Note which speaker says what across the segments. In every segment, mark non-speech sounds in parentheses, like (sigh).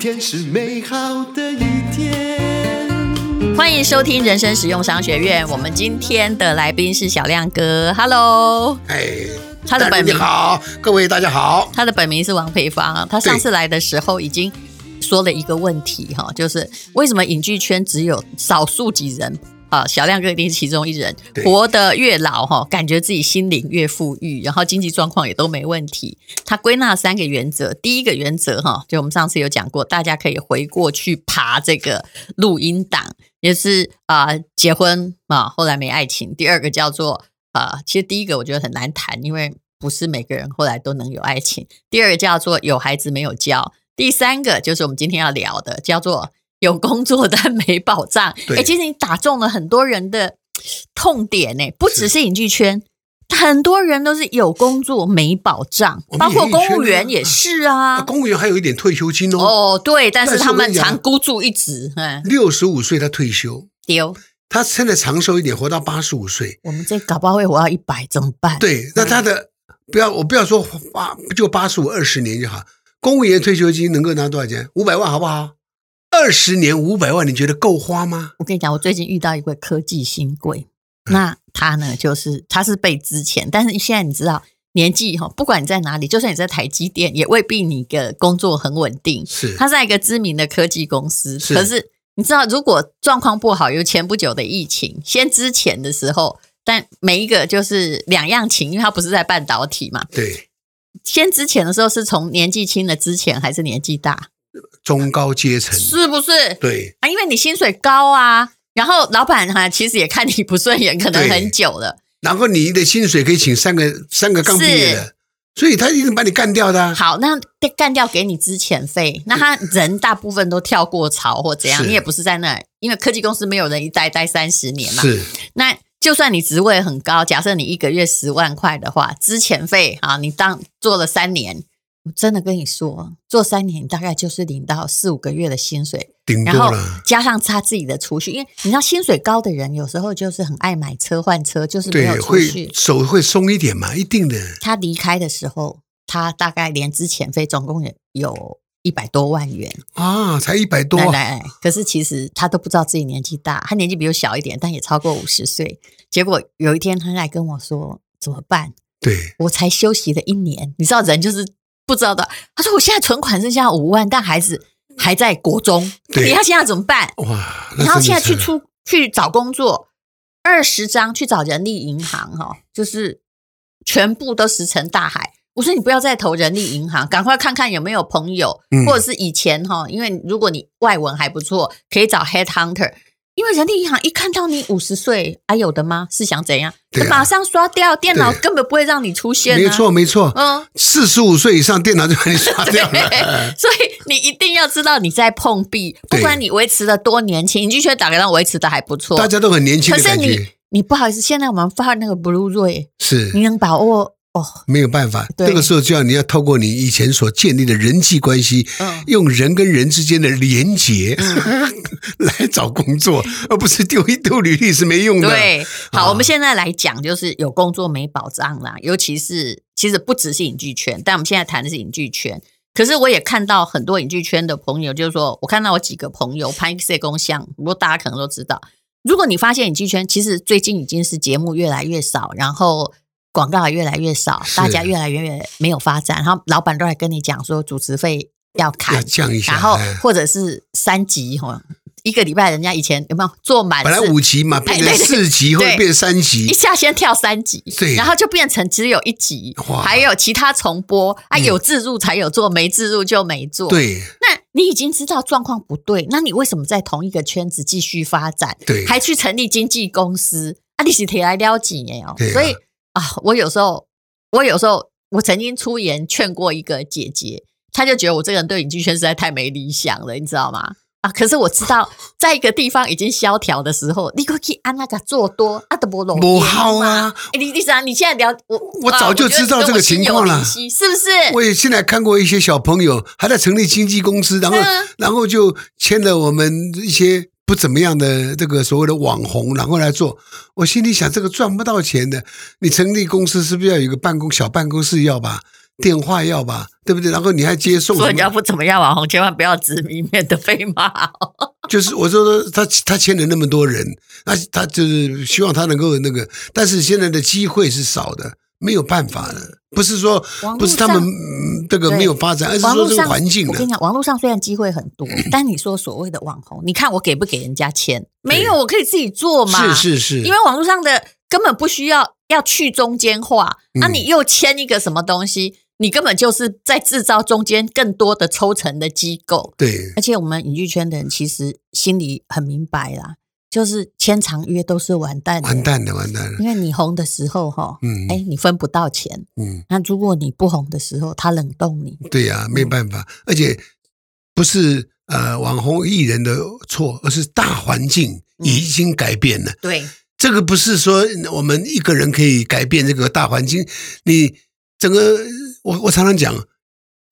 Speaker 1: 天是美好的一天。
Speaker 2: 欢迎收听人生实用商学院。我们今天的来宾是小亮哥，Hello，
Speaker 3: 哎，
Speaker 2: 他的
Speaker 3: 大你
Speaker 2: 本名
Speaker 3: 好，各位大家好。
Speaker 2: 他的本名是王培芳。他上
Speaker 3: 对
Speaker 2: 次来的时候已经说了一个问题哈，就是为什么影剧圈只有少数几人啊？小亮哥一定是其中一人，
Speaker 3: 对
Speaker 2: 活得越老哈，感觉自己心灵越富裕，然后经济状况也都没问题。他归纳三个原则，第一个原则哈，就我们上次有讲过，大家可以回过去爬这个录音档，也是啊、结婚啊，后来没爱情。第二个叫做啊、其实第一个我觉得很难谈，因为不是每个人后来都能有爱情。第二个叫做有孩子没有教，第三个就是我们今天要聊的，叫做有工作但没保障。哎、
Speaker 3: 对
Speaker 2: 其实你打中了很多人的痛点呢、不
Speaker 3: 是
Speaker 2: 只是影剧圈。很多人都是有工作没保障
Speaker 3: 我，们
Speaker 2: 包括
Speaker 3: 演艺圈
Speaker 2: 公务员
Speaker 3: 啊
Speaker 2: 也是啊。
Speaker 3: 公务员还有一点退休金哦，
Speaker 2: 哦，对，但是
Speaker 3: 但是
Speaker 2: 他
Speaker 3: 我跟
Speaker 2: 们
Speaker 3: 你讲
Speaker 2: 常孤注一掷，嗯，
Speaker 3: 六十五岁他退休，
Speaker 2: 丢。
Speaker 3: 他现在长寿一点，活到八十五岁。
Speaker 2: 我们这搞不好会活到一百，怎么办？，
Speaker 3: 对，那他的不要我不要说八就八十五二十年就好，公务员退休金能够拿多少钱？五百万好不好？二十年五百万，你觉得够花吗？
Speaker 2: 我跟你讲，我最近遇到一位科技新贵，那他呢，就是他是被之前，但是现在你知道。年纪哈，不管你在哪里，就算你在台积电，也未必你的工作很稳定。
Speaker 3: 是
Speaker 2: 他在一个知名的科技公司，
Speaker 3: 是
Speaker 2: 可是你知道，如果状况不好，有前不久的疫情，先之前的时候，但每一个就是两样情，因为他不是在半导体嘛。
Speaker 3: 对
Speaker 2: 先之前的时候是从年纪轻的之前还是年纪大，
Speaker 3: 中高阶层，
Speaker 2: 是不是？
Speaker 3: 对
Speaker 2: 啊，因为你薪水高啊，然后老板哈、其实也看你不顺眼，可能很久了。
Speaker 3: 然后你的薪水可以请三个三个刚毕业的，所以他一定把你干掉的啊、
Speaker 2: 好，那干掉给你之前费，那他人大部分都跳过槽或怎样，
Speaker 3: 是
Speaker 2: 你也不是在那儿，因为科技公司没有人一待待三十年嘛。
Speaker 3: 是
Speaker 2: 那就算你职位很高，假设你一个月十万块的话，之前费啊，你当做了三年，我真的跟你说，做三年大概就是领到四五个月的薪水，
Speaker 3: 顶
Speaker 2: 然后
Speaker 3: 多了。
Speaker 2: 加上他自己的储蓄，因为你知道薪水高的人有时候就是很爱买车换车，就是没有
Speaker 3: 对，
Speaker 2: 储
Speaker 3: 会
Speaker 2: 蓄。
Speaker 3: 手会松一点嘛，一定的。
Speaker 2: 他离开的时候，他大概连之前费总共有有一百多万元，
Speaker 3: 啊，才一百多
Speaker 2: 哦来
Speaker 3: 啊，
Speaker 2: 来来，可是其实他都不知道自己年纪大，他年纪比我小一点，但也超过五十岁。结果有一天他来跟我说怎么办？
Speaker 3: 对，
Speaker 2: 我才休息了一年，你知道人就是不知道的。他说我现在存款剩下五万，但孩子还在国中，
Speaker 3: 对
Speaker 2: 你要现在怎么办？
Speaker 3: 哇，那
Speaker 2: 然后
Speaker 3: 真的
Speaker 2: 现在去
Speaker 3: 是
Speaker 2: 出去找工作，二十张去找人力银行哈、哦，就是全部都石沉大海。我说你不要再投人力银行，赶快看看有没有朋友，
Speaker 3: 嗯
Speaker 2: 或者是以前哈、因为如果你外文还不错，可以找 head hunter。因为人力银行一看到你五十岁，还、有的吗？是想怎样？
Speaker 3: 对啊
Speaker 2: 马上刷掉，电脑
Speaker 3: 对
Speaker 2: 根本不会让你出现、啊。
Speaker 3: 没错没错， (laughs)
Speaker 2: 嗯，
Speaker 3: 四十五岁以上电脑就把你刷掉
Speaker 2: (laughs)
Speaker 3: 了。
Speaker 2: 所以你一定要知道你在碰壁，不
Speaker 3: 对
Speaker 2: 管你维持的多年轻，你就觉得打个让维持的还不错。
Speaker 3: 大家都很年轻
Speaker 2: 可
Speaker 3: 的
Speaker 2: 是
Speaker 3: 感
Speaker 2: 你
Speaker 3: 觉，
Speaker 2: 你不好意思，现在我们发那个 Blu-ray，你
Speaker 3: 是
Speaker 2: 能把握哦？
Speaker 3: 没有办法。
Speaker 2: 对
Speaker 3: 这个时候就要你要透过你以前所建立的人际关系，
Speaker 2: 嗯
Speaker 3: 用人跟人之间的连结 (laughs) 来找工作，而不是丢一丢履历是没用的。
Speaker 2: 对，好，
Speaker 3: 啊
Speaker 2: 我们现在来讲，就是有工作没保障啦，尤其是其实不只是影剧圈，但我们现在谈的是影剧圈。可是我也看到很多影剧圈的朋友，就是说我看到我几个朋友拍 X 工项，不过大家可能都知道，如果你发现影剧圈其实最近已经是节目越来越少，然后广告也越来越少，
Speaker 3: 是
Speaker 2: 大家越来越没有发展，然后老板都来跟你讲说主持费要
Speaker 3: 要
Speaker 2: 砍，
Speaker 3: 降一下。
Speaker 2: 然后
Speaker 3: 哎
Speaker 2: 或者是三级哈，一个礼拜人家以前有没有做满
Speaker 3: 本来
Speaker 2: 四
Speaker 3: 五级嘛，变成
Speaker 2: 对对
Speaker 3: 四级，或者
Speaker 2: 对
Speaker 3: 变三级
Speaker 2: 一，下先跳三集，
Speaker 3: 对
Speaker 2: 然后就变成只有一集，
Speaker 3: 哇嗯
Speaker 2: 还有其他重播啊，有自入才有做，没自入就没做。，
Speaker 3: 对
Speaker 2: 那你已经知道状况不对，那你为什么在同一个圈子继续发展，
Speaker 3: 对，
Speaker 2: 还去成立经纪公司？啊，你是铁来撩几年哦
Speaker 3: 对？啊
Speaker 2: 所以啊，我有时候，我有时候，我曾经出言劝过一个姐姐，她就觉得我这个人对影剧圈实在太没理想了，你知道吗？啊！可是我知
Speaker 3: (laughs)
Speaker 2: 道，在一个地方已经萧条的时候，你可以按那个做多，啊，都不容
Speaker 3: 不好啊！
Speaker 2: 哎，你你想，你现在聊我，
Speaker 3: 我早就知道这个情况了
Speaker 2: 啊我觉得你跟我心有灵犀是不是？
Speaker 3: 我也现在看过一些小朋友还在成立经纪公司，然后、
Speaker 2: 嗯
Speaker 3: 然后就签了我们一些不怎么样的这个所谓的网红，然后来做。我心里想，这个赚不到钱的，你成立公司是不是要有一个办公小办公室要吧？电话要吧，对不对？然后你还接送
Speaker 2: 说
Speaker 3: 什
Speaker 2: 人家
Speaker 3: 么？
Speaker 2: 不怎么样，网红千万不要指名免得被骂哦。
Speaker 3: 就是我说他他签了那么多人，那他就是希望他能够那个，但是现在的机会是少的，没有办法的，不是说
Speaker 2: 网络
Speaker 3: 不是他们
Speaker 2: 上
Speaker 3: 嗯这个
Speaker 2: 对
Speaker 3: 没有发展，而是
Speaker 2: 网
Speaker 3: 说
Speaker 2: 络
Speaker 3: 这个
Speaker 2: 上
Speaker 3: 环境啊
Speaker 2: 我
Speaker 3: 呢
Speaker 2: 跟你讲，网络上虽然机会很
Speaker 3: (clears throat)
Speaker 2: 多，但你说所谓的网红，你看我给不给人家钱？没有，我可以自己做嘛。
Speaker 3: 是是是，
Speaker 2: 因为网络上的根本不需要要去中间化，那、
Speaker 3: 嗯
Speaker 2: 你又签一个什么东西，你根本就是在制造中间更多的抽成的机构。
Speaker 3: 对
Speaker 2: 而且我们影剧圈的人其实心里很明白啦，就是签长约都是完蛋的，
Speaker 3: 完蛋了完蛋了，
Speaker 2: 因为你红的时候哈，
Speaker 3: 嗯
Speaker 2: 哎、你分不到钱，
Speaker 3: 嗯，
Speaker 2: 那如果你不红的时候，他冷冻你，
Speaker 3: 对呀、没办法，而且不是呃网红艺人的错，而是大环境
Speaker 2: 嗯
Speaker 3: 已经改变了。
Speaker 2: 对，
Speaker 3: 这个不是说我们一个人可以改变这个大环境，你整个我我常常讲，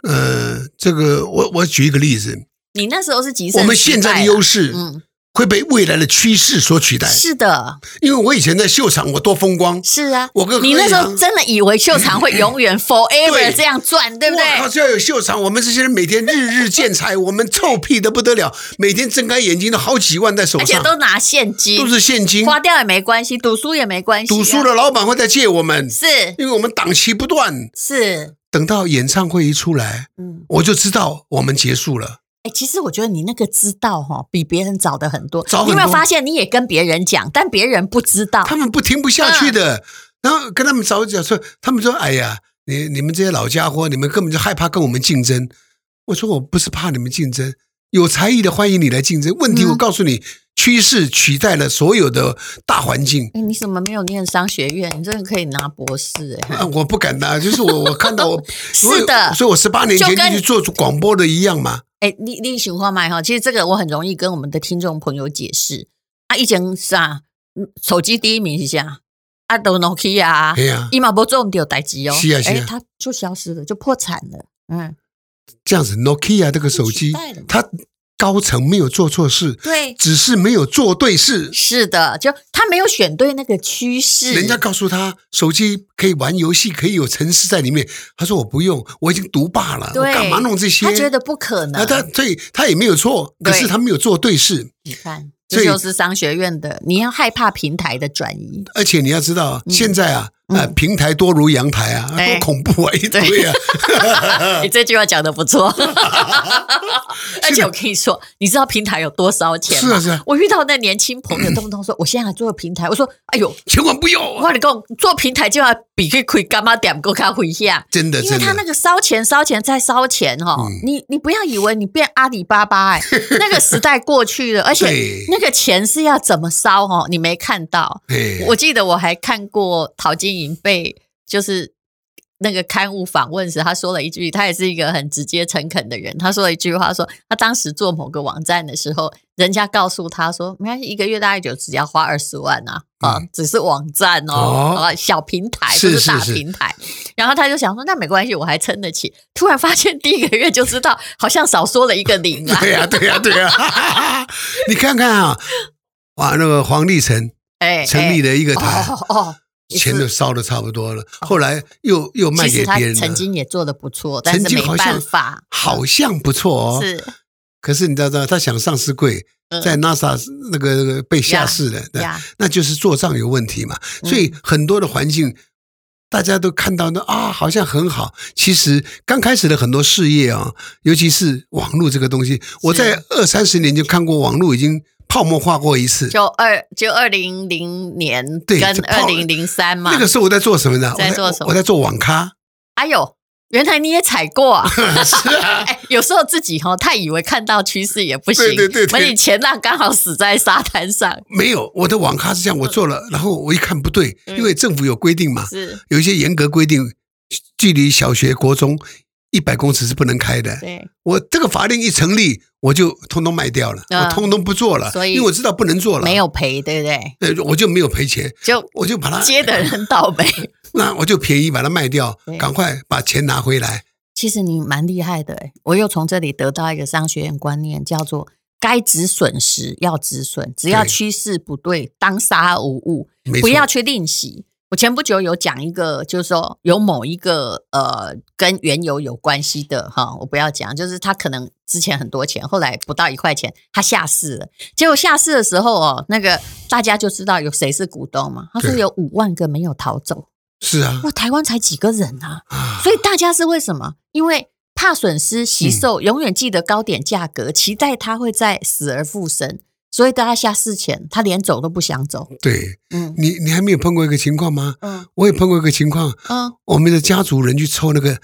Speaker 3: 呃，这个我我举一个例子，
Speaker 2: 你那时候是极盛，
Speaker 3: 我们现在的优
Speaker 2: 势，
Speaker 3: 势
Speaker 2: 嗯，
Speaker 3: 会被未来的趋势所取代，
Speaker 2: 是的，
Speaker 3: 因为我以前在秀场我多风光，
Speaker 2: 是啊。
Speaker 3: 我跟
Speaker 2: 你那时
Speaker 3: 何以
Speaker 2: 候
Speaker 3: 航
Speaker 2: 真的以为秀场会永远 forever
Speaker 3: 对
Speaker 2: 这样赚，对不对？
Speaker 3: 我靠，就要有秀场！我们这些人每天日日见财，我们臭屁的不得了，每天睁开眼睛都好几万在手
Speaker 2: 而且
Speaker 3: 上，
Speaker 2: 都拿现金，
Speaker 3: 都是现金。
Speaker 2: 花掉也没关系，赌输也没关系啊、
Speaker 3: 赌输了，老板会再借我们，
Speaker 2: 是
Speaker 3: 因为我们档期不断。
Speaker 2: 是，
Speaker 3: 等到演唱会一出来，
Speaker 2: 嗯，
Speaker 3: 我就知道我们结束了。
Speaker 2: 哎、其实我觉得你那个知道哈、比别人早的很多。
Speaker 3: 早很
Speaker 2: 你有没有
Speaker 3: 多
Speaker 2: 发现你也跟别人讲，但别人不知道
Speaker 3: 他。们不听不下去
Speaker 2: 嗯
Speaker 3: 的，然后跟他们早讲说，他们说：“哎呀，你你们这些老家伙，你们根本就害怕跟我们竞争。”我说：“我不是怕你们竞争，有才艺的欢迎你来竞争。问题
Speaker 2: 嗯
Speaker 3: 我告诉你，趋势取代了所有的大环境。”
Speaker 2: 哎、你怎么没有念商学院？你真的可以拿博士
Speaker 3: (laughs)
Speaker 2: 哎、
Speaker 3: 啊，我不敢拿，就是我我看到我
Speaker 2: (laughs) 是的
Speaker 3: 我所以我十八年前
Speaker 2: 就跟
Speaker 3: 就去做广播的一样嘛。
Speaker 2: 哎、你你情况嘛哈，其实这个我很容易跟我们的听众朋友解释。啊，以前是啊，嗯手机第一名是啥？啊，都 Nokia 啊
Speaker 3: 哎，呀，
Speaker 2: 伊嘛不做我们有代机哦。
Speaker 3: 是啊是啊
Speaker 2: 哎它就消失了，就破产了。嗯，
Speaker 3: 这样子，Nokia 这个手
Speaker 2: 取
Speaker 3: 机
Speaker 2: 代了嘛，
Speaker 3: 它高层没有做错事，
Speaker 2: 对，
Speaker 3: 只是没有做对事。
Speaker 2: 是的，就他没有选对那个趋势，
Speaker 3: 人家告诉他手机可以玩游戏，可以有城市在里面，他说我不用，我已经独霸了，我
Speaker 2: 对
Speaker 3: 干嘛弄这些？
Speaker 2: 他觉得不可能。
Speaker 3: 啊，他对他也没有错，可
Speaker 2: 对
Speaker 3: 是他没有做对事。
Speaker 2: 你看，
Speaker 3: 所
Speaker 2: 这
Speaker 3: 以
Speaker 2: 就是商学院的，你要害怕平台的转移。
Speaker 3: 而且你要知道，
Speaker 2: 嗯
Speaker 3: 现在啊，啊，
Speaker 2: 嗯
Speaker 3: 平台多如阳台啊，
Speaker 2: 哎
Speaker 3: 多恐怖啊，一堆啊。 (laughs)
Speaker 2: 你这句话讲的不错，而且我跟你说，你知道平台有多烧钱
Speaker 3: 是
Speaker 2: 吗？
Speaker 3: 啊是啊，
Speaker 2: 我遇到那年轻朋友，动不动说我现在做平台，我说哎呦，
Speaker 3: 千万不要
Speaker 2: 我
Speaker 3: 啊！
Speaker 2: 跟你讲，做平台就要比去开干妈点够看回下。
Speaker 3: 真的，
Speaker 2: 因
Speaker 3: 真
Speaker 2: 为他
Speaker 3: 的
Speaker 2: 那。个烧钱、烧钱再烧钱哈、哦
Speaker 3: 嗯
Speaker 2: 你你不要以为你变阿里巴巴
Speaker 3: (laughs)
Speaker 2: 哎、那个时代过去了，而且
Speaker 3: 对
Speaker 2: 那个钱是要怎么烧哦，你没看到。
Speaker 3: 哎
Speaker 2: 我记得我还看过陶晶莹被就是那个刊物访问时，她说了一句，她也是一个很直接诚恳的人，她说了一句话说，她当时做某个网站的时候，人家告诉她说，没关系，一个月大概就只要花二十万啊。啊，只是网站
Speaker 3: 嗯
Speaker 2: 哦，
Speaker 3: 哦
Speaker 2: 啊，小平台
Speaker 3: 是
Speaker 2: 不是大
Speaker 3: 是是
Speaker 2: 平台，然后她就想说，那没关系，我还撑得起。突然发现第一个月就知道，好像少说了一个零
Speaker 3: (laughs)
Speaker 2: 啊，
Speaker 3: 对呀、对呀、对呀、 (laughs) 你看看啊，哇，那个黄立成
Speaker 2: 哎，
Speaker 3: 成立
Speaker 2: 的
Speaker 3: 了一个台，
Speaker 2: 哦哦，也
Speaker 3: 钱
Speaker 2: 是哦
Speaker 3: 都烧的差不多了，后来又又卖
Speaker 2: 其实
Speaker 3: 给
Speaker 2: 他
Speaker 3: 别人了，
Speaker 2: 曾经也做的不错，但
Speaker 3: 曾
Speaker 2: 是
Speaker 3: 经
Speaker 2: 没
Speaker 3: 好像
Speaker 2: 办法，
Speaker 3: 好像不错哦。
Speaker 2: 是
Speaker 3: 可是你知道，他想上市柜
Speaker 2: 嗯，啊
Speaker 3: 在 NASA 那个那个被下市了，对
Speaker 2: 呀，嗯
Speaker 3: 那就是做账有问题嘛。所以很多的环境，大家都看到那啊，好像很好。其实刚开始的很多事业啊、尤其是网络这个东西，我在二三十年就看过网络已经泡沫化过一次。
Speaker 2: 就二就二零零年
Speaker 3: 对
Speaker 2: 跟
Speaker 3: 这
Speaker 2: 二
Speaker 3: 泡
Speaker 2: 零零三嘛
Speaker 3: 那。个时候我在做什么呢？
Speaker 2: 在做什
Speaker 3: 我在
Speaker 2: 么
Speaker 3: 我在做网
Speaker 2: (laughs)
Speaker 3: 咖。 (laughs)
Speaker 2: 哎呦，原来你也踩过啊！
Speaker 3: 是啊，
Speaker 2: 哎，有时候自己哈、哦、太以为看到趋势也不行，
Speaker 3: 对对对对
Speaker 2: 而你前浪刚好死在沙滩
Speaker 3: (laughs)
Speaker 2: 上，
Speaker 3: 没有我的网咖是这样，我做了，然后我一看不对，
Speaker 2: 嗯
Speaker 3: 因为政府有规定嘛，
Speaker 2: 是
Speaker 3: 有一些严格规定，距离小学、国中一百公尺是不能开的。
Speaker 2: 对
Speaker 3: 我这个法令一成立，我就通通卖掉了，
Speaker 2: 嗯
Speaker 3: 我通通不做了，
Speaker 2: 所以
Speaker 3: 因为我知道不能做了，
Speaker 2: 没，有赔，对不对？
Speaker 3: 呃，我就没有赔钱，
Speaker 2: 就
Speaker 3: 我就把它
Speaker 2: 接的人
Speaker 3: (laughs)
Speaker 2: 倒霉。
Speaker 3: 那我就便宜把它卖掉
Speaker 2: 对，
Speaker 3: 赶快把钱拿回来。
Speaker 2: 其实你蛮厉害的诶，我又从这里得到一个商学院观念，叫做该止损时要止损，只要
Speaker 3: 对
Speaker 2: 趋势不对，当杀无误，
Speaker 3: 没错
Speaker 2: 不要去吝惜。我前不久有讲一个，就是说有某一个呃跟原油有关系的哈，我不要讲，就是他可能之前很多钱，后来不到一块钱，他下市了。结果下市的时候哦，那个大家就知道有谁是股东嘛。他说
Speaker 3: 对
Speaker 2: 有五万个没有逃走，
Speaker 3: 是啊，
Speaker 2: 哇，台湾才几个人啊！
Speaker 3: 啊嗯
Speaker 2: 所以大家是为什么？因为怕损失惜售，永远记得高点价格，期待它会再死而复生。所以大家下市前，他连走都不想走。
Speaker 3: 对
Speaker 2: 嗯
Speaker 3: 你，你还没有碰过一个情况吗？
Speaker 2: 嗯
Speaker 3: 我也碰过一个情况，
Speaker 2: 嗯，
Speaker 3: 我们的家族人去抽那个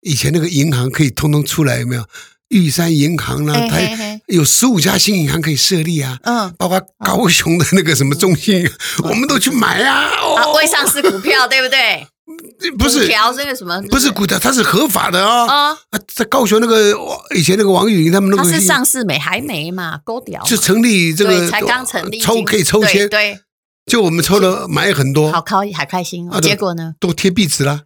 Speaker 3: 以前那个银行可以通通出来，有没有？玉山银行啦、
Speaker 2: 嘿
Speaker 3: 它
Speaker 2: 嘿嘿，
Speaker 3: 有十五家新银行可以设立啊，
Speaker 2: 嗯
Speaker 3: 包括高雄的那个什么中心，我们都去买啊。
Speaker 2: 啊，
Speaker 3: 哦，
Speaker 2: 未上市股票对不对？
Speaker 3: (laughs) 不是
Speaker 2: 股条这个什么？
Speaker 3: 不是股票，它是合法的哦。
Speaker 2: 啊，
Speaker 3: 啊，在高雄那个哦以前那个王玉林他们那
Speaker 2: 它
Speaker 3: 个
Speaker 2: 是上市没？还没嘛，勾掉嘛。
Speaker 3: 就成立这个
Speaker 2: 对，才刚成立，
Speaker 3: 抽可以抽
Speaker 2: 对
Speaker 3: 签，
Speaker 2: 对，
Speaker 3: 就我们抽了买很
Speaker 2: 好
Speaker 3: 多，
Speaker 2: 高好开心哦。
Speaker 3: 啊对
Speaker 2: 结果呢？
Speaker 3: 都贴壁纸啦，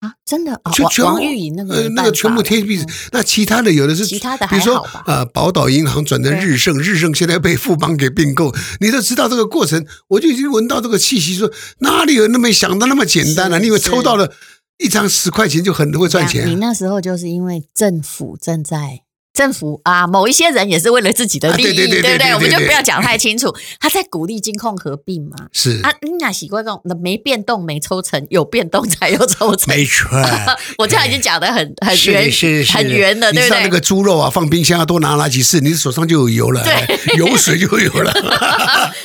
Speaker 2: 啊，真的啊，
Speaker 3: 就
Speaker 2: 王
Speaker 3: 全
Speaker 2: 王玉莹那个
Speaker 3: 呃
Speaker 2: 没
Speaker 3: 那
Speaker 2: 办
Speaker 3: 个全
Speaker 2: 法
Speaker 3: 部
Speaker 2: 了
Speaker 3: 贴壁纸
Speaker 2: 嗯，
Speaker 3: 那其他的有的是
Speaker 2: 其他的
Speaker 3: 比如
Speaker 2: 还
Speaker 3: 说
Speaker 2: 好吧
Speaker 3: 呃，宝岛银行转成
Speaker 2: 对
Speaker 3: 日盛，日盛现在被富邦给并购，你都知道这个过程，我就已经闻到这个气息说，哪里有那么想的那么简单啊？
Speaker 2: 是
Speaker 3: 你以为
Speaker 2: 是
Speaker 3: 抽到了一张十块钱就很会赚钱
Speaker 2: 你
Speaker 3: 啊？
Speaker 2: 那时候就是因为政府正在政府啊，某一些人也是为了自己的利益，
Speaker 3: 啊对对对
Speaker 2: 不
Speaker 3: 对对
Speaker 2: 我们就
Speaker 3: 对
Speaker 2: 不要讲太清楚。他在鼓励金控合并嘛。
Speaker 3: 是
Speaker 2: 啊，你哪习惯这种没变动没抽成，有变动才有抽成。
Speaker 3: 没错。
Speaker 2: (laughs) 我这样已经讲的很很
Speaker 3: 哎是
Speaker 2: 圆，
Speaker 3: 是是，
Speaker 2: 很圆了，
Speaker 3: 你
Speaker 2: 对
Speaker 3: 知
Speaker 2: 不
Speaker 3: 道
Speaker 2: 对？
Speaker 3: 那个猪肉啊，放冰箱啊，多拿拿几次，你手上就有油了，(laughs)
Speaker 2: 对哎
Speaker 3: 油水就有
Speaker 2: (laughs)
Speaker 3: 了。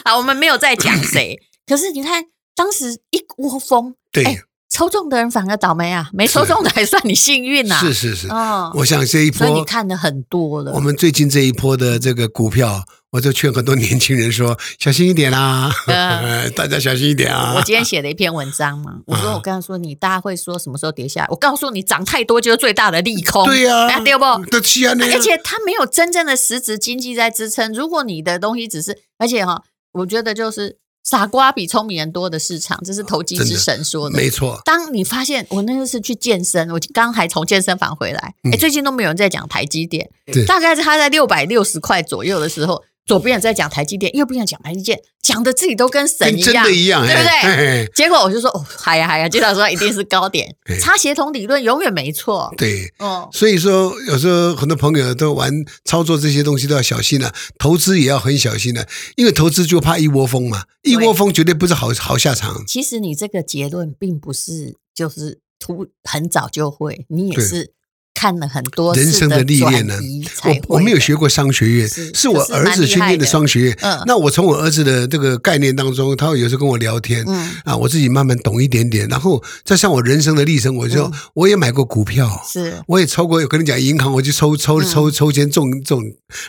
Speaker 2: 好，我们没有在讲谁， (laughs) 可是你看当时一窝蜂，
Speaker 3: (laughs) 对，
Speaker 2: 哎抽中的人反而倒霉啊，没抽中的还算你幸运呐、
Speaker 3: 是是是，
Speaker 2: 啊，哦，
Speaker 3: 我想这一
Speaker 2: 所以你
Speaker 3: 波，
Speaker 2: 看的很多了
Speaker 3: 我。们最近这一波的这个股票，我就劝很多年轻人说， (laughs) 小心一点啦、
Speaker 2: 嗯
Speaker 3: (laughs) 大家小心一点啊
Speaker 2: 我。今天写了一篇文章嘛，我说我跟他说，你大家会说什么时候跌下来？我告诉你，涨太多就是最大的利空，
Speaker 3: 对呀、
Speaker 2: 哎对不？
Speaker 3: 都气啊那
Speaker 2: 而且它没有真正的实质经济在支撑。如果你的东西只是，而且哈、我觉得就是傻瓜比聪明人多的市场，这是投机
Speaker 3: 真的
Speaker 2: 之神说的。
Speaker 3: 没错，
Speaker 2: 当你发现我那次去健身，我刚还从健身房回来，哎、
Speaker 3: 嗯
Speaker 2: 最近都没有人在讲台积电
Speaker 3: 对，
Speaker 2: 大概是他在六百六十块左右的时候，左边人在讲台积电，右边人讲台积电，讲的自己都跟神
Speaker 3: 跟
Speaker 2: 一
Speaker 3: 真
Speaker 2: 样
Speaker 3: 的，一样，
Speaker 2: 对不对
Speaker 3: 哎哎哎
Speaker 2: 结果我就说，哦，嗨呀嗨呀，介绍说一定是
Speaker 3: (laughs)
Speaker 2: 高点
Speaker 3: 哎，
Speaker 2: 差协同理论永远没错。
Speaker 3: 对。
Speaker 2: 哦，
Speaker 3: 所以说，有时候很多朋友都玩操作这些东西都要小心了、投资也要很小心了、啊因为投资就怕一窝蜂嘛，一窝蜂绝对不是好好下场。
Speaker 2: 其实你这个结论并不是就是突很早就会，你也
Speaker 3: 对
Speaker 2: 是看了很多
Speaker 3: 人
Speaker 2: 次
Speaker 3: 生的历练呢
Speaker 2: 转移才会
Speaker 3: 我我没有学过商学院，
Speaker 2: 是
Speaker 3: 是我
Speaker 2: 可是
Speaker 3: 儿子去
Speaker 2: 蛮厉害
Speaker 3: 念
Speaker 2: 的
Speaker 3: 的商学院。
Speaker 2: 嗯
Speaker 3: 那我从我儿子的这个概念当中，他有时候跟我聊天，
Speaker 2: 嗯
Speaker 3: 啊，我自己慢慢懂一点点，然后再像我人生的历程，我就、
Speaker 2: 嗯
Speaker 3: 我也买过股票。 (laughs)
Speaker 2: 是
Speaker 3: 我也抽过，有跟你讲，银行我去抽抽
Speaker 2: 嗯
Speaker 3: 抽抽签中中，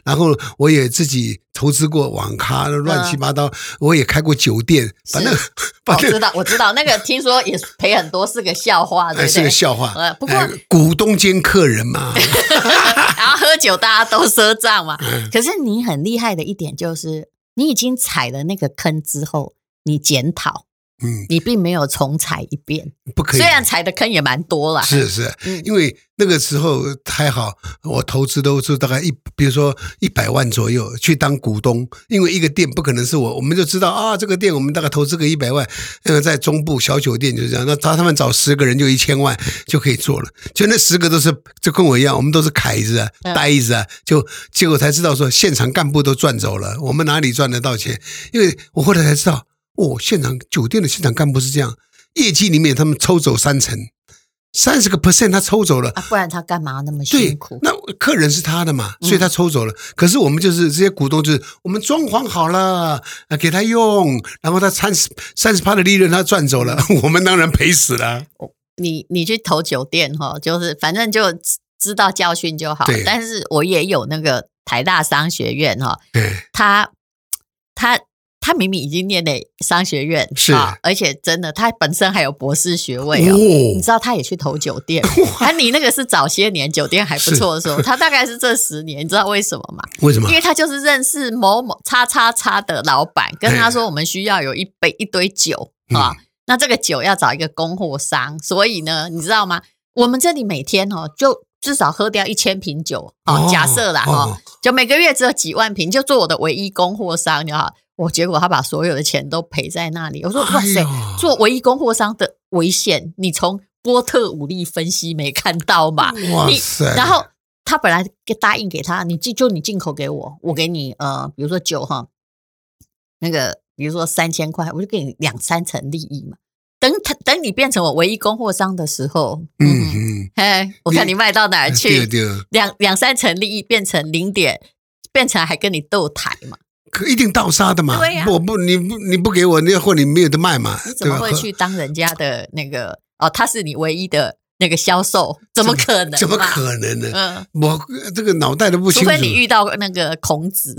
Speaker 3: 然后我也自己投资过网咖，乱
Speaker 2: 嗯
Speaker 3: 七八糟，我也开过酒店，把
Speaker 2: 哦
Speaker 3: (laughs) 那个把
Speaker 2: 我
Speaker 3: 那
Speaker 2: 知
Speaker 3: 个
Speaker 2: 道，我知道，那个听说也是赔很多，是个笑话，对
Speaker 3: 哎
Speaker 2: 不
Speaker 3: 是
Speaker 2: 对
Speaker 3: 个？笑话
Speaker 2: 呃。不过
Speaker 3: 哎股东兼客人
Speaker 2: (laughs)
Speaker 3: 嘛，
Speaker 2: 然后喝酒大家都赊账嘛。
Speaker 3: 嗯
Speaker 2: 可是你很厉害的一点就是，你已经踩了那个坑之后，你检讨，
Speaker 3: 嗯，
Speaker 2: 你并没有重踩一遍。
Speaker 3: 不可以
Speaker 2: 虽。然踩的坑也蛮多啦，
Speaker 3: 是是
Speaker 2: 嗯，
Speaker 3: 因为那个时候还好，我投资都是大概一，比如说一百万左右去当股东，因为一个店不可能是我，我们就知道啊，这个店我们大概投资个一百万，呃，在中部小酒店就是这样，那他他们找十个人就一千万就可以做了，就那十个都是就跟我一样，我们都是凯子啊、
Speaker 2: 嗯
Speaker 3: 呆子啊，就结果才知道说现场干部都赚走了，我们哪里赚得到钱？因为我后来才知道，哦，现场酒店的现场干部是这样，业绩里面他们抽走三成，三十个 percent 他抽走了。
Speaker 2: 啊，不然他干嘛那么辛
Speaker 3: 对
Speaker 2: 苦，？
Speaker 3: 那客人是他的嘛，
Speaker 2: 嗯
Speaker 3: 所以他抽走了。可是我们就是这些股东，就是我们装潢好了，啊给他用，然后他三十三十趴的利润他赚走了，
Speaker 2: 嗯
Speaker 3: 我们当然赔死了。
Speaker 2: 你你去投酒店哈，就是反正就知知道教训就好
Speaker 3: 对。
Speaker 2: 但是我也有那个台大商学院哈，
Speaker 3: 对，
Speaker 2: 他他他明明已经念了商学院，
Speaker 3: 是
Speaker 2: 啊，而且真的他本身还有博士学位哦。你
Speaker 3: 哦，
Speaker 2: 知道他也去投酒
Speaker 3: (laughs)
Speaker 2: 店，啊，你那个是早些年酒店还不错的时候，他大概是这十年，你知道为什么吗？
Speaker 3: 为什么
Speaker 2: 因？为他就是认识某某叉叉叉的老板，跟他说我们需要有一杯一堆酒
Speaker 3: 嗯
Speaker 2: 啊，那这个酒要找一个供货商，所以呢，你知道吗？我们这里每天哦，就至少喝掉一千瓶酒啊，
Speaker 3: 哦
Speaker 2: 假设啦哈、
Speaker 3: 哦
Speaker 2: 就每个月只有几万瓶，就做我的唯一供货商就好。我结果他把所有的钱都赔在那里。我说哇
Speaker 3: 哎
Speaker 2: 塞
Speaker 3: 呦，
Speaker 2: 做唯一供货商的危险，你从波特五力分析没看到吗？
Speaker 3: 哇
Speaker 2: 啊你
Speaker 3: 塞！
Speaker 2: 然后他本来给答应给他，你进就你进口给我，我给你呃，比如说酒哈，那个比如说三千块，我就给你两三成利益嘛。等他等你变成我唯一供货商的时候，嗯，
Speaker 3: 嗯
Speaker 2: 哎，我看
Speaker 3: 你
Speaker 2: 你卖到哪儿
Speaker 3: 嗯，对，
Speaker 2: 去
Speaker 3: 对，
Speaker 2: 两两三成利益变成零点，变成还跟你斗台嘛？
Speaker 3: 可一定倒杀的嘛。
Speaker 2: 对呀
Speaker 3: 我不你不你不给我，那货你没有的卖嘛，
Speaker 2: 你怎
Speaker 3: 对
Speaker 2: 么
Speaker 3: 吧？
Speaker 2: 会去当人家的那个？哦，他是你唯一的那个销售，怎么可能？
Speaker 3: 啊怎么？可能呢？
Speaker 2: 嗯，
Speaker 3: 我这个脑袋都不清
Speaker 2: 除
Speaker 3: 楚，
Speaker 2: 非你遇到那个孔子，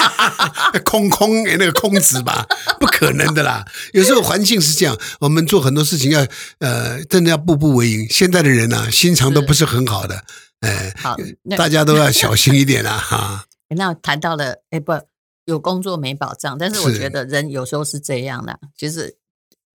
Speaker 3: (laughs) 空空诶那个空子吧，不可能的啦。有时候环境是这样，我们做很多事情要呃，真的要步步为营。现在的人啊，心肠都不是很好的，哎、
Speaker 2: 好，那
Speaker 3: 大家都要小心一点啦、哈。
Speaker 2: 那谈到了，哎，不，有工作没保障，但是我
Speaker 3: 是
Speaker 2: 觉得人有时候是这样的，就是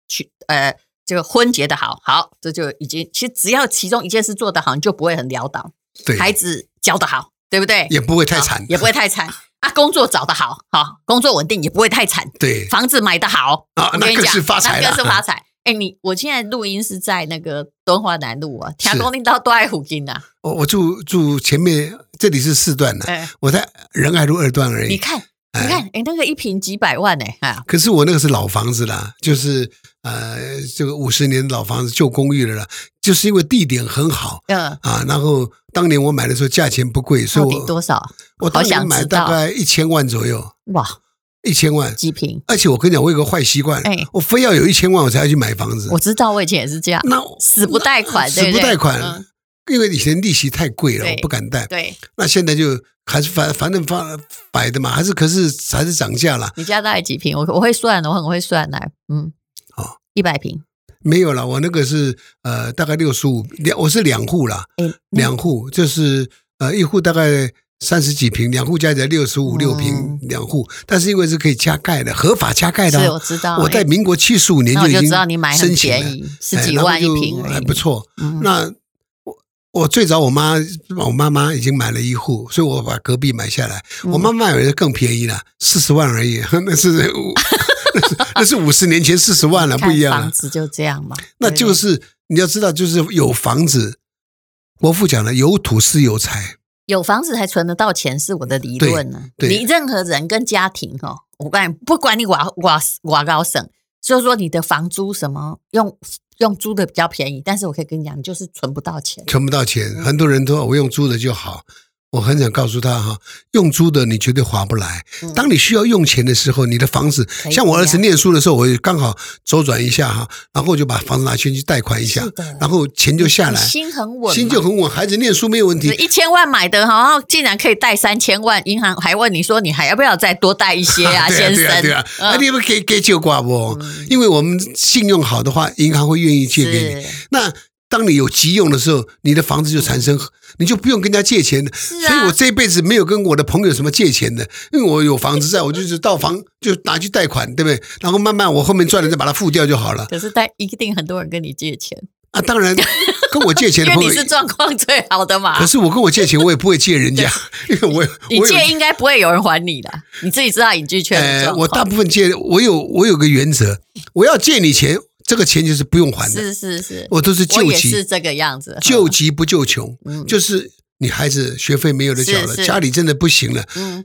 Speaker 2: 去呃，这个婚结的好，好，这就已经，其实只要其中一件事做得好，你就不会很潦倒。
Speaker 3: 对，
Speaker 2: 孩子教得好，对不对？
Speaker 3: 也不会太
Speaker 2: 好
Speaker 3: 惨，
Speaker 2: 也不会太
Speaker 3: (laughs)
Speaker 2: 惨。啊，工作找得好，好，工作稳定也不会太惨，
Speaker 3: 对
Speaker 2: 房子买得好，
Speaker 3: 啊
Speaker 2: 我，跟
Speaker 3: 那
Speaker 2: 你
Speaker 3: 更
Speaker 2: 讲，
Speaker 3: 是发财
Speaker 2: 那
Speaker 3: 了
Speaker 2: 更。
Speaker 3: (laughs)
Speaker 2: 是发财。哎，你我现在录音是在那个敦化南路啊，听公你到都爱虎金
Speaker 3: (laughs)
Speaker 2: 呐。
Speaker 3: 我我住住前面，这里是四段的、
Speaker 2: 哎，
Speaker 3: 我在仁爱路二段而
Speaker 2: 你
Speaker 3: 已。
Speaker 2: 看，你看，哎，那个一瓶几百万呢，啊，
Speaker 3: 可是我那个是老房子啦，就是呃，这个五十年的老房子，旧公寓了啦，就是因为地点很好，
Speaker 2: 嗯，
Speaker 3: 啊，然后当年我买的时候价钱不贵，所
Speaker 2: 到
Speaker 3: 以
Speaker 2: 底
Speaker 3: 我
Speaker 2: 多少？
Speaker 3: 我
Speaker 2: 好
Speaker 3: 当
Speaker 2: 想
Speaker 3: 年买
Speaker 2: 知道
Speaker 3: 大概一千万左右，
Speaker 2: 哇，
Speaker 3: 一千万。
Speaker 2: 几瓶？
Speaker 3: 而且我跟你讲，我有个坏习惯，
Speaker 2: 哎
Speaker 3: 我非要有一千万我才要去买房子。
Speaker 2: 我知道，我以前也是这样，
Speaker 3: 那
Speaker 2: 死不贷款，
Speaker 3: 死
Speaker 2: 对
Speaker 3: 不
Speaker 2: 对
Speaker 3: 贷款，
Speaker 2: 嗯
Speaker 3: 因为以前利息太贵了，
Speaker 2: 对
Speaker 3: 我不敢贷。
Speaker 2: 对
Speaker 3: 那现在就还是反反正放摆的嘛，还是可是还是涨价了，
Speaker 2: 你家大概几瓶？我我会算，我很会算来，嗯，
Speaker 3: 哦，
Speaker 2: 一百瓶。
Speaker 3: 没有了。我那个是呃大概六十五两，我是两户啦，
Speaker 2: 哎，那
Speaker 3: 两户就是呃一户大概三十几平，两户加起来六十五六平
Speaker 2: 嗯，
Speaker 3: 两户，但是因为是可以加盖的，合法加盖的
Speaker 2: 是
Speaker 3: 啊、
Speaker 2: 我知道，
Speaker 3: 我在
Speaker 2: 哎
Speaker 3: 民国七十五年
Speaker 2: 那我
Speaker 3: 已
Speaker 2: 就
Speaker 3: 经
Speaker 2: 知道你买很
Speaker 3: 申请了
Speaker 2: 便宜，十
Speaker 3: 哎
Speaker 2: 几
Speaker 3: 然后
Speaker 2: 万一
Speaker 3: 就
Speaker 2: 瓶而已，
Speaker 3: 还不错。
Speaker 2: 嗯。
Speaker 3: 那我我最早我妈我妈妈已经买了一户，所以我把隔壁买下来。我
Speaker 2: 嗯
Speaker 3: 妈妈买的更便宜了，四十万而已， (laughs) 那是那是那是五十年前四十万了，
Speaker 2: 看
Speaker 3: 不一样了
Speaker 2: 房。子就这样嘛，
Speaker 3: 那
Speaker 2: 对不
Speaker 3: 就
Speaker 2: 对
Speaker 3: 是你要知道，就是有房子，国父讲的有土是有财，
Speaker 2: 有房子才存得到钱，是我的理论呢、
Speaker 3: 对对
Speaker 2: 你任何人跟家庭哦，我告诉你，不管你瓦瓦瓦高省，就是说你的房租什么用用租的比较便宜，但是我可以跟你讲，你就是存不到钱。
Speaker 3: 存不到钱。
Speaker 2: 嗯
Speaker 3: 很多人都说我用租的就好，我很想告诉他哈，用租的你绝对划不来。
Speaker 2: 嗯
Speaker 3: 当你需要用钱的时候，你的房子
Speaker 2: 以，
Speaker 3: 像我儿子
Speaker 2: 抵押
Speaker 3: 念书的时候，我刚好周转一下哈，然后我就把房子拿去去贷款一下
Speaker 2: 是的，
Speaker 3: 然后钱就下
Speaker 2: 你
Speaker 3: 来，
Speaker 2: 心很稳嘛，
Speaker 3: 心就很稳，孩子念书没有问题。
Speaker 2: 一千万买的，然后竟然可以贷三千万，银行还问你说你还要不要再多贷一些啊，
Speaker 3: (laughs) 对
Speaker 2: 先
Speaker 3: 对啊，
Speaker 2: 生？
Speaker 3: 对啊，
Speaker 2: 嗯
Speaker 3: 啊，你们给给借挂不？因为我们信用好的话，银行会愿意借给你。
Speaker 2: 是
Speaker 3: 那当你有急用的时候，你的房子就产生，
Speaker 2: 嗯
Speaker 3: 你就不用跟人家借钱。
Speaker 2: 是啊，
Speaker 3: 所以我这辈子没有跟我的朋友什么借钱的，因为我有房子在，我就是到房 (laughs) 就拿去贷款，对不对？然后慢慢我后面赚了再把它付掉就好了。
Speaker 2: 可是但一定很多人跟你借钱，
Speaker 3: 啊，当然跟我借钱
Speaker 2: (laughs) 因
Speaker 3: 的
Speaker 2: 为
Speaker 3: 朋
Speaker 2: 你
Speaker 3: 友
Speaker 2: 是，状况最好的嘛。
Speaker 3: 可是我跟我借钱，我也不会借人
Speaker 2: (laughs)
Speaker 3: 家，因为我
Speaker 2: 你
Speaker 3: 我有
Speaker 2: 借应该不会有人还你的，你自己知道隐居圈的
Speaker 3: 呃，
Speaker 2: 状
Speaker 3: 我大
Speaker 2: 况。
Speaker 3: 部分借我有我有个原则，我要借你钱，这个钱就是不用还的，
Speaker 2: 是是是，
Speaker 3: 我都是
Speaker 2: 我
Speaker 3: 救
Speaker 2: 也
Speaker 3: 急，
Speaker 2: 是这个样子。
Speaker 3: 救急不救穷，
Speaker 2: 嗯
Speaker 3: 就是你孩子学费没有的缴了，
Speaker 2: 是是
Speaker 3: 家里真的不行了，
Speaker 2: 嗯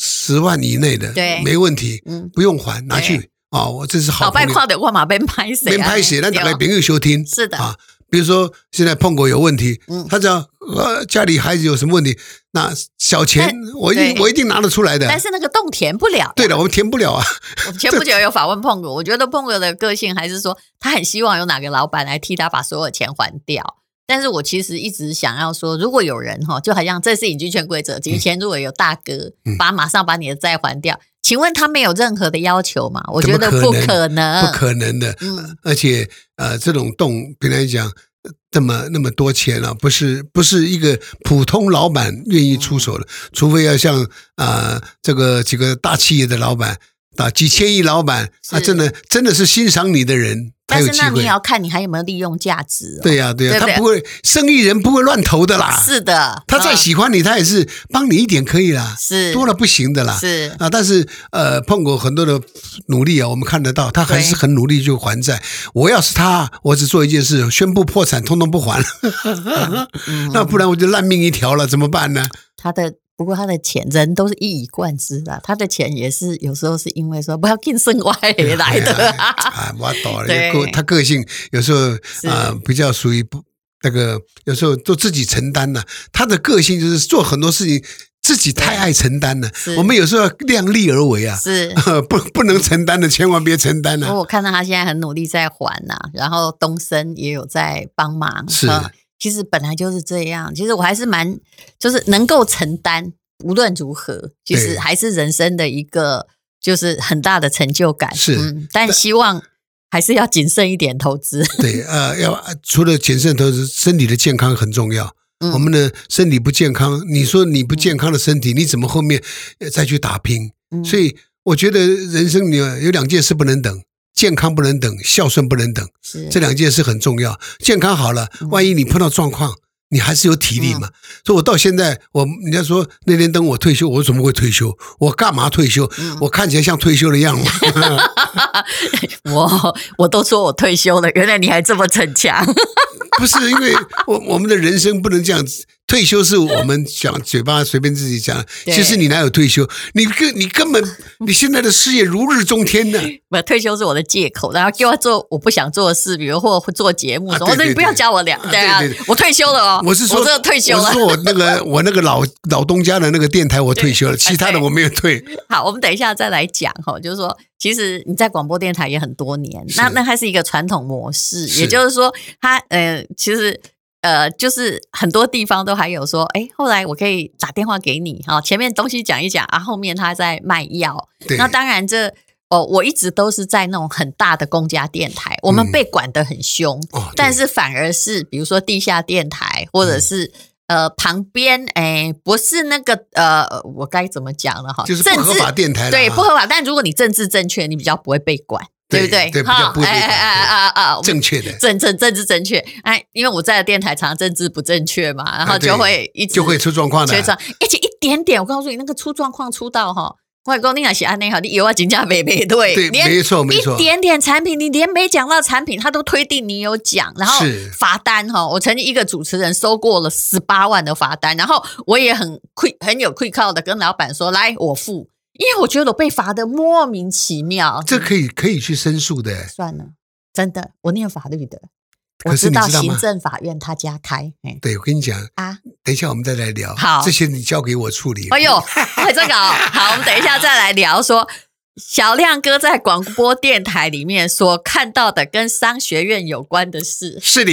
Speaker 3: 十万以内的，
Speaker 2: 对
Speaker 3: 没问题，
Speaker 2: 嗯，
Speaker 3: 不用还，拿去啊！我这是好
Speaker 2: 老
Speaker 3: 朋
Speaker 2: 拜
Speaker 3: 友，
Speaker 2: 跨的万马被拍谁？
Speaker 3: 没拍写，
Speaker 2: 那
Speaker 3: 但打开朋友收听
Speaker 2: 啊是的，
Speaker 3: 啊。比如说现在碰过有问题
Speaker 2: 嗯，
Speaker 3: 他只要呃家里孩子有什么问题，那小钱我一定
Speaker 2: 对
Speaker 3: 我一定拿得出来的。
Speaker 2: 但是那个洞填不了。
Speaker 3: 对了，我们填不了啊，
Speaker 2: 我前不久有访问碰过，我觉得碰过的个性还是说他很希望有哪个老板来替他把所有钱还掉。但是我其实一直想要说，如果有人哈，就好像这是隐居权规则，以前如果有大哥
Speaker 3: 嗯
Speaker 2: 把马上把你的债还掉，请问他没有任何的要求吗？我
Speaker 3: 怎么
Speaker 2: 觉得
Speaker 3: 可
Speaker 2: 不
Speaker 3: 能
Speaker 2: 可能，
Speaker 3: 不可能的。
Speaker 2: 嗯，
Speaker 3: 而且呃，这种洞，平常讲呃这么那么多钱啊，不是不是一个普通老板愿意出手的，
Speaker 2: 嗯
Speaker 3: 除非要像啊、呃这个几个大企业的老板啊，几千亿老板，
Speaker 2: 是
Speaker 3: 啊，真的真的是欣赏你的人，才
Speaker 2: 但
Speaker 3: 有
Speaker 2: 是
Speaker 3: 机
Speaker 2: 那你
Speaker 3: 会
Speaker 2: 也。要看你还有没有利用价值、哦。
Speaker 3: 对呀、对呀、
Speaker 2: 对不对
Speaker 3: 他不会，生意人不会乱投的啦。
Speaker 2: 是的，
Speaker 3: 他再
Speaker 2: 嗯
Speaker 3: 喜欢你，他也是帮你一点可以啦，
Speaker 2: 是
Speaker 3: 多了不行的啦。
Speaker 2: 是
Speaker 3: 啊，但是呃，碰过很多的努力啊，我们看得到他还是
Speaker 2: 对
Speaker 3: 很努力就还债。我要是他，我只做一件事，宣布破产，通通不还
Speaker 2: 嗯
Speaker 3: (laughs) 那不然我就烂命一条了，怎么办呢？
Speaker 2: 他的。不过他的钱人都是一以贯之的，他的钱也是有时候是因为说 (laughs) 不要跟生歪来
Speaker 3: (laughs)
Speaker 2: 的、啊，
Speaker 3: 啊，我懂了。
Speaker 2: 对
Speaker 3: 个他个性有时候啊、呃比较属于不那个，有时候都自己承担了、他的个性就是做很多事情自己太爱承担了
Speaker 2: 是。
Speaker 3: 我们有时候要量力而为啊， (laughs)
Speaker 2: 是。
Speaker 3: 不不能承担的千万别承担啊
Speaker 2: 不
Speaker 3: 了、
Speaker 2: 过我看到他现在很努力在还呐、然后东升也有在帮忙。
Speaker 3: 是
Speaker 2: 嗯其实本来就是这样。其实我还是蛮，就是能够承担，无论如何，其实
Speaker 3: 对
Speaker 2: 还是人生的一个就是很大的成就感。
Speaker 3: 是
Speaker 2: 嗯，但希望还是要谨慎一点投资。
Speaker 3: 对，呃，要除了谨慎投资，身体的健康很重要。
Speaker 2: 嗯
Speaker 3: 我们的身体不健康，你说你不健康的身体，你怎么后面呃再去打拼？
Speaker 2: 嗯
Speaker 3: 所以我觉得人生里有两件事不能等，健康不能等，孝顺不能等，
Speaker 2: 是
Speaker 3: 这两件事很重要。健康好了，
Speaker 2: 嗯
Speaker 3: 万一你碰到状况，你还是有体力嘛。所以我到现在，我人家说那天等我退休，我怎么会退休？我干嘛退休？
Speaker 2: 嗯
Speaker 3: 我看起来像退休的样吗？
Speaker 2: 我 (laughs) 我都说我退休了，原来你还这么逞强。
Speaker 3: (laughs)
Speaker 2: (laughs)
Speaker 3: 不是因为我我们的人生不能这样子。退休是我们讲嘴巴随便自己讲，
Speaker 2: 对
Speaker 3: 其实你哪有退休？你根你根本你现在的事业如日中天呢、
Speaker 2: 不，退休是我的借口，然后给我做我不想做的事，比如或做节目
Speaker 3: 啊
Speaker 2: 什么，我说
Speaker 3: 对对
Speaker 2: 你不要
Speaker 3: 对
Speaker 2: 教我聊，
Speaker 3: 啊
Speaker 2: 对啊
Speaker 3: 对对对，
Speaker 2: 我退休了 (laughs) 哦，
Speaker 3: 我是说，
Speaker 2: 我真的退休
Speaker 3: 我
Speaker 2: 了
Speaker 3: 是。说我那个我那个老老东家的那个电台我退休了，其他的
Speaker 2: 呃对
Speaker 3: 我没有退。
Speaker 2: (laughs) 好，我们等一下再来讲哈，就是说，其实你在广播电台也很多年，
Speaker 3: 是
Speaker 2: 那那它是一个传统模式，
Speaker 3: 是
Speaker 2: 也就是说它，呃，其实。呃，就是很多地方都还有说，哎，后来我可以打电话给你哈，前面东西讲一讲啊，后面他在卖药，
Speaker 3: 对，
Speaker 2: 那当然这，哦，我一直都是在那种很大的公家电台，我们
Speaker 3: 嗯
Speaker 2: 被管得很凶，
Speaker 3: 哦，对
Speaker 2: 但是反而是比如说地下电台，或者是、
Speaker 3: 嗯
Speaker 2: 呃旁边，哎，不是那个呃，我该怎么讲了哈？
Speaker 3: 就是
Speaker 2: 政
Speaker 3: 不
Speaker 2: 治
Speaker 3: 合法电台了
Speaker 2: 对
Speaker 3: 啊
Speaker 2: 不合法，但如果你政治正确，你比较不会被管，对不
Speaker 3: 对对
Speaker 2: 对？
Speaker 3: 比较不会被管
Speaker 2: 哎哎哎哎哎，我们
Speaker 3: 正确的
Speaker 2: 政政政治正确，哎，因为我在的电台常常政治不正确嘛，然后
Speaker 3: 啊对
Speaker 2: 就会一直
Speaker 3: 就会出状况
Speaker 2: 所以
Speaker 3: 的。
Speaker 2: 说，而且一点点，我告诉你，那个出状况出到哈，外公你那是安内好，你有啊，金价没没对，
Speaker 3: 对
Speaker 2: 连
Speaker 3: 没错没
Speaker 2: 一
Speaker 3: 错
Speaker 2: 点点产品，你连没讲到产品，他都推定你有讲，然后
Speaker 3: 是
Speaker 2: 罚单哈，我曾经一个主持人收过了十八万的罚单，然后我也很愧很有愧靠的跟老板说，来我付，因为我觉得我被罚的莫名其妙，嗯
Speaker 3: 这可以可以去申诉的，
Speaker 2: 算了，真的，我念法律的，我
Speaker 3: 可是
Speaker 2: 知
Speaker 3: 你
Speaker 2: 道
Speaker 3: 知道吗
Speaker 2: 行政法院他家开，哎
Speaker 3: 对我跟你讲，
Speaker 2: 啊。
Speaker 3: 等一下我们再来聊。
Speaker 2: 好
Speaker 3: 这些你交给我处理。
Speaker 2: 哎呦，还这个、哦、好，我们等一下再来聊说。小亮哥在广播电台里面所看到的跟商学院有关的事，
Speaker 3: 是的，